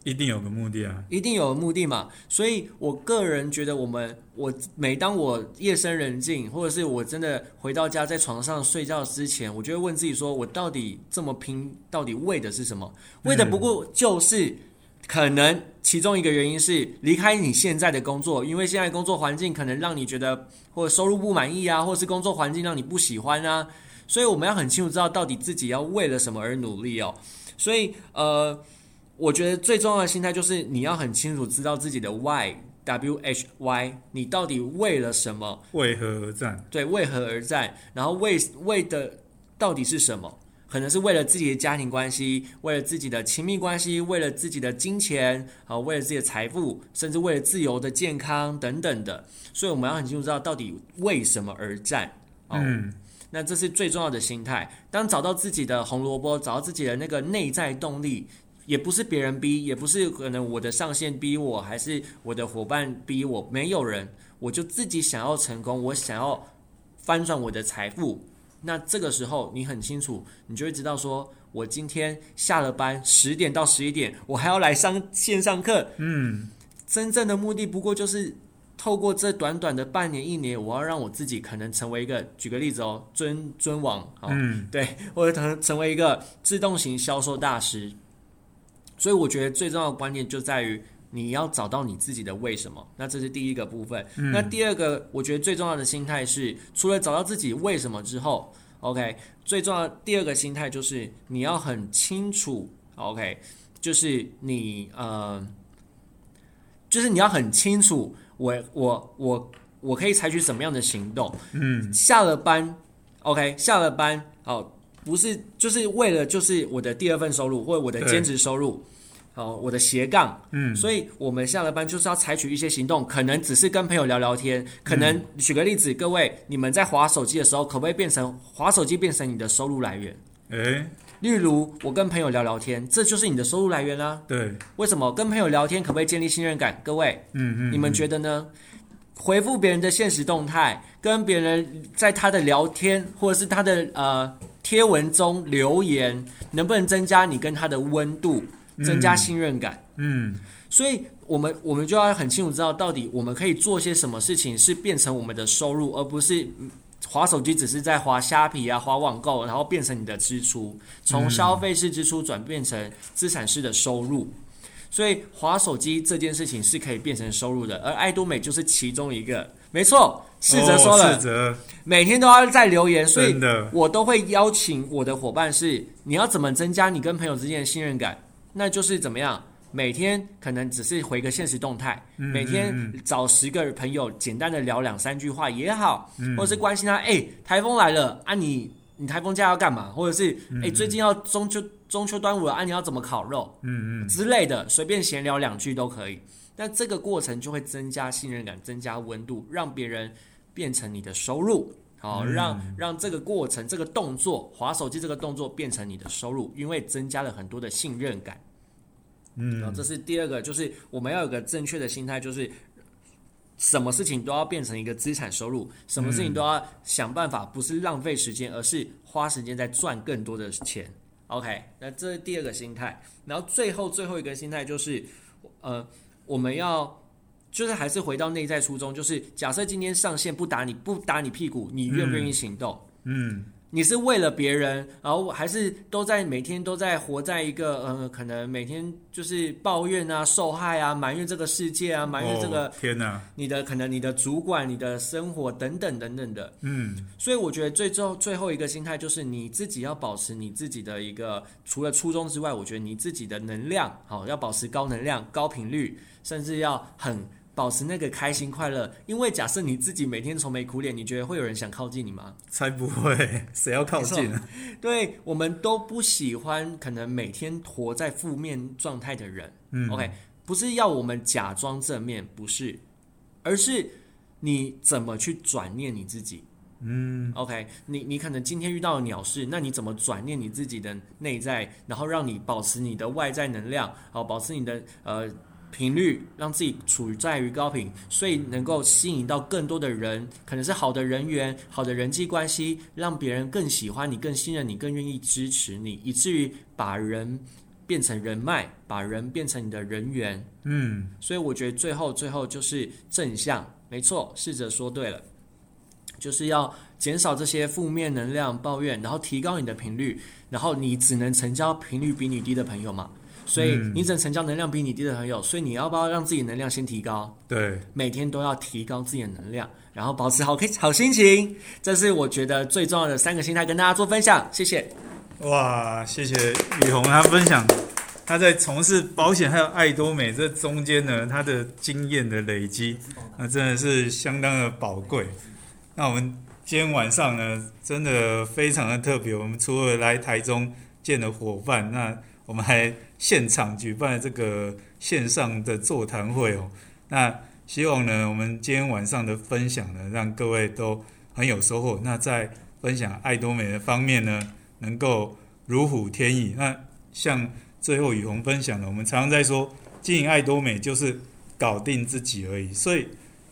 A: 一定有个目的啊。
G: 一定有目的嘛。所以我个人觉得，我们我每当我夜深人静，或者是我真的回到家在床上睡觉之前，我就会问自己说，我到底这么拼，到底为的是什么？为的不过就是。可能其中一个原因是离开你现在的工作，因为现在工作环境可能让你觉得或者收入不满意啊，或者是工作环境让你不喜欢啊，所以我们要很清楚知道到底自己要为了什么而努力哦。所以呃，我觉得最重要的心态就是你要很清楚知道自己的 why w h y，你到底为了什么？
A: 为何而战？
G: 对，为何而战？然后为为的到底是什么？可能是为了自己的家庭关系，为了自己的亲密关系，为了自己的金钱，啊，为了自己的财富，甚至为了自由的健康等等的。所以我们要很清楚知道到底为什么而战。哦，
A: 嗯，
G: 那这是最重要的心态。当找到自己的红萝卜，找到自己的那个内在动力，也不是别人逼，也不是可能我的上线逼我，还是我的伙伴逼我，没有人，我就自己想要成功，我想要翻转我的财富。那这个时候你很清楚，你就会知道说，我今天下了班十点到十一点，我还要来上线上课，
A: 嗯，
G: 真正的目的不过就是透过这短短的半年一年，我要让我自己可能成为一个，举个例子哦，尊尊王，好，
A: 嗯，
G: 对，我可能成为一个自动型销售大师。所以我觉得最重要的观念就在于你要找到你自己的为什么，那这是第一个部分。
A: 嗯
G: 那第二个，我觉得最重要的心态是，除了找到自己为什么之后，OK，最重要的第二个心态就是你要很清楚，OK，就是你呃，就是你要很清楚我我我我可以采取什么样的行动。
A: 嗯，
G: 下了班，OK，下了班，哦，不是就是为了就是我的第二份收入或者我的
A: 对
G: 兼职收入，哦，我的斜杠，
A: 嗯，
G: 所以我们下了班就是要采取一些行动，可能只是跟朋友聊聊天，可能
A: 嗯
G: 举个例子，各位你们在划手机的时候，可不可以变成划手机变成你的收入来源？
A: 哎、
G: 例如我跟朋友聊聊天，这就是你的收入来源啦、
A: 对，
G: 为什么跟朋友聊天可不可以建立信任感？各位，
A: 嗯嗯，
G: 你们觉得呢？回复别人的现实动态，跟别人在他的聊天或者是他的呃贴文中留言，能不能增加你跟他的温度，增加信任感？
A: 嗯，
G: 所以我们我们就要很清楚知道，到底我们可以做些什么事情是变成我们的收入，而不是嗯划手机只是在划虾皮啊、划网购，然后变成你的支出，从消费式支出转变成资产式的收入。所以划手机这件事情是可以变成收入的，而爱多美就是其中一个。没错，世哲说
A: 哦
G: 了，
A: 世哲，
G: 每天都要在留言，所以
A: 真的
G: 我都会邀请我的伙伴是，你要怎么增加你跟朋友之间的信任感？那就是怎么样，每天可能只是回个现实动态，
A: 嗯
G: 每天找十个朋友简单的聊两三句话也好，
A: 嗯
G: 或者是关心他，哎、台风来了啊你，你台风假要干嘛？或者是
A: 嗯
G: 哎、最近要中秋中秋端午了啊，你要怎么烤肉？
A: 嗯嗯，
G: 之类的，随便闲聊两句都可以。那这个过程就会增加信任感，增加温度，让别人变成你的收入。好，
A: 嗯
G: 让让这个过程、这个动作，划手机这个动作变成你的收入，因为增加了很多的信任感。
A: 嗯
G: 然后这是第二个，就是我们要有个正确的心态，就是什么事情都要变成一个资产收入，什么事情都要想办法，不是浪费时间，而是花时间在赚更多的钱。OK，那这是第二个心态。然后最后最后一个心态就是，呃，我们要就是还是回到内在初衷，就是假设今天上线不打你不打你屁股，你愿不愿意行动？
A: 嗯，
G: 你是为了别人，然后还是都在每天都在活在一个呃，可能每天就是抱怨啊、受害啊、埋怨这个世界啊、埋怨这个、
A: 哦天哪，
G: 你的可能你的主管、你的生活等等等等的。
A: 嗯，
G: 所以我觉得最后最后一个心态就是你自己要保持你自己的一个除了初衷之外，我觉得你自己的能量好、要保持高能量、高频率，甚至要很保持那个开心快乐。因为假设你自己每天愁眉苦脸，你觉得会有人想靠近你吗？
A: 才不会， 谁要靠近啊？
G: 对我们都不喜欢可能每天活在负面状态的人。
A: 嗯
G: OK，不是要我们假装正面，不是，而是你怎么去转念你自己。嗯，OK，你你可能今天遇到了鸟事，那你怎么转念你自己的内在，然后让你保持你的外在能量，好，保持你的呃频率，让自己处在于高频，所以能够吸引到更多的人，可能是好的人缘、好的人际关系，让别人更喜欢你、更信任你、更愿意支持你，以至于把人变成人脉，把人变成你的人缘。
A: 嗯，
G: 所以我觉得最后最后就是正向，没错，试着说对了，就是要减少这些负面能量、抱怨，然后提高你的频率，然后你只能成交频率比你低的朋友嘛。所以
A: 嗯
G: 你只能成交能量比你低的朋友，所以你要不要让自己能量先提高？
A: 对，
G: 每天都要提高自己的能量，然后保持好好心情，这是我觉得最重要的三个心态，跟大家做分享，谢谢。
A: 哇，谢谢雨虹，她分享她在从事保险还有爱多美这中间呢，她的经验的累积，那真的是相当的宝贵。那我们今天晚上呢，真的非常的特别，我们除了来台中见的伙伴，那我们还现场举办了这个线上的座谈会哦。那希望呢，我们今天晚上的分享呢，让各位都很有收获。那在分享爱多美的方面呢，能够如虎添翼。那像最后雨虹分享的，我们常常在说，经营爱多美就是搞定自己而已。所以，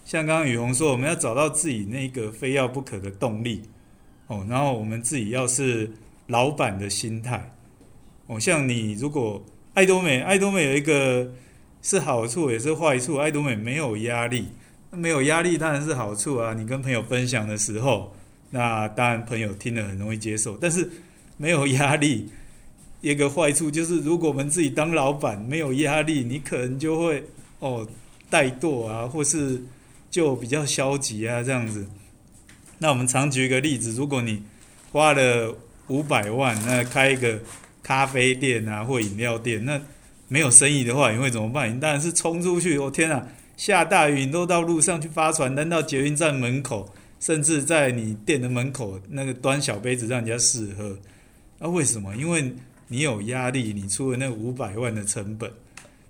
A: 像刚刚雨虹说，我们要找到自己那个非要不可的动力哦，然后我们自己要是老板的心态哦。像你如果爱多美，爱多美有一个是好处也是坏处，爱多美没有压力。没有压力当然是好处啊！你跟朋友分享的时候，那当然朋友听了很容易接受。但是没有压力。一个坏处就是，如果我们自己当老板没有压力，你可能就会哦怠惰啊，或是就比较消极啊这样子。那我们常举一个例子，如果你花了五百万，那开一个咖啡店啊或饮料店，那没有生意的话，你会怎么办？你当然是冲出去！我、哦、天啊，下大雨，你都到路上去发传单，到捷运站门口，甚至在你店的门口那个端小杯子让人家试喝。那、啊为什么？因为你有压力，你出了那五百万的成本。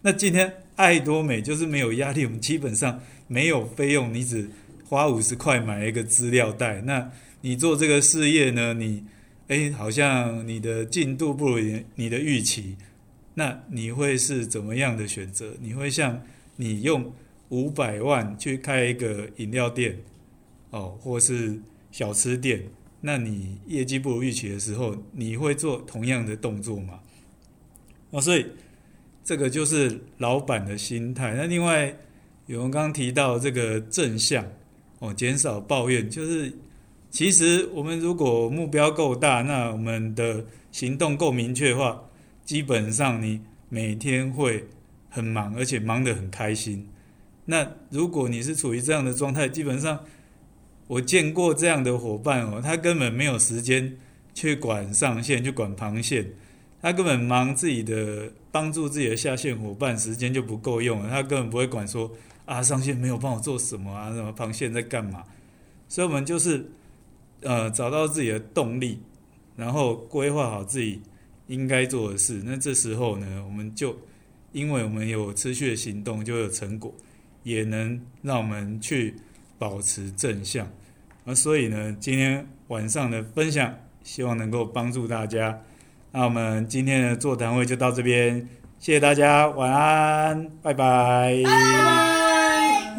A: 那今天爱多美就是没有压力，我们基本上没有费用，你只花五十块买一个资料袋。那你做这个事业呢，你哎，好像你的进度不如你你的预期，那你会是怎么样的选择？你会像你用五百万去开一个饮料店，哦，或是小吃店，那你业绩不如预期的时候，你会做同样的动作吗？哦，所以这个就是老板的心态。那另外，有人刚刚提到这个正向哦，减少抱怨，就是其实我们如果目标够大，那我们的行动够明确的话，基本上你每天会很忙，而且忙得很开心。那如果你是处于这样的状态，基本上我见过这样的伙伴哦，他根本没有时间去管上线，去管旁线，他根本忙自己的帮助自己的下线伙伴，时间就不够用了，他根本不会管说啊上线没有帮我做什么啊，什么旁线在干嘛，所以我们就是呃找到自己的动力，然后规划好自己应该做的事，那这时候呢，我们就因为我们有持续的行动，就会有成果，也能让我们去保持正向。啊，所以呢，今天晚上的分享，希望能够帮助大家。那我们今天的座谈会就到这边，谢谢大家，晚安，拜拜
C: 拜。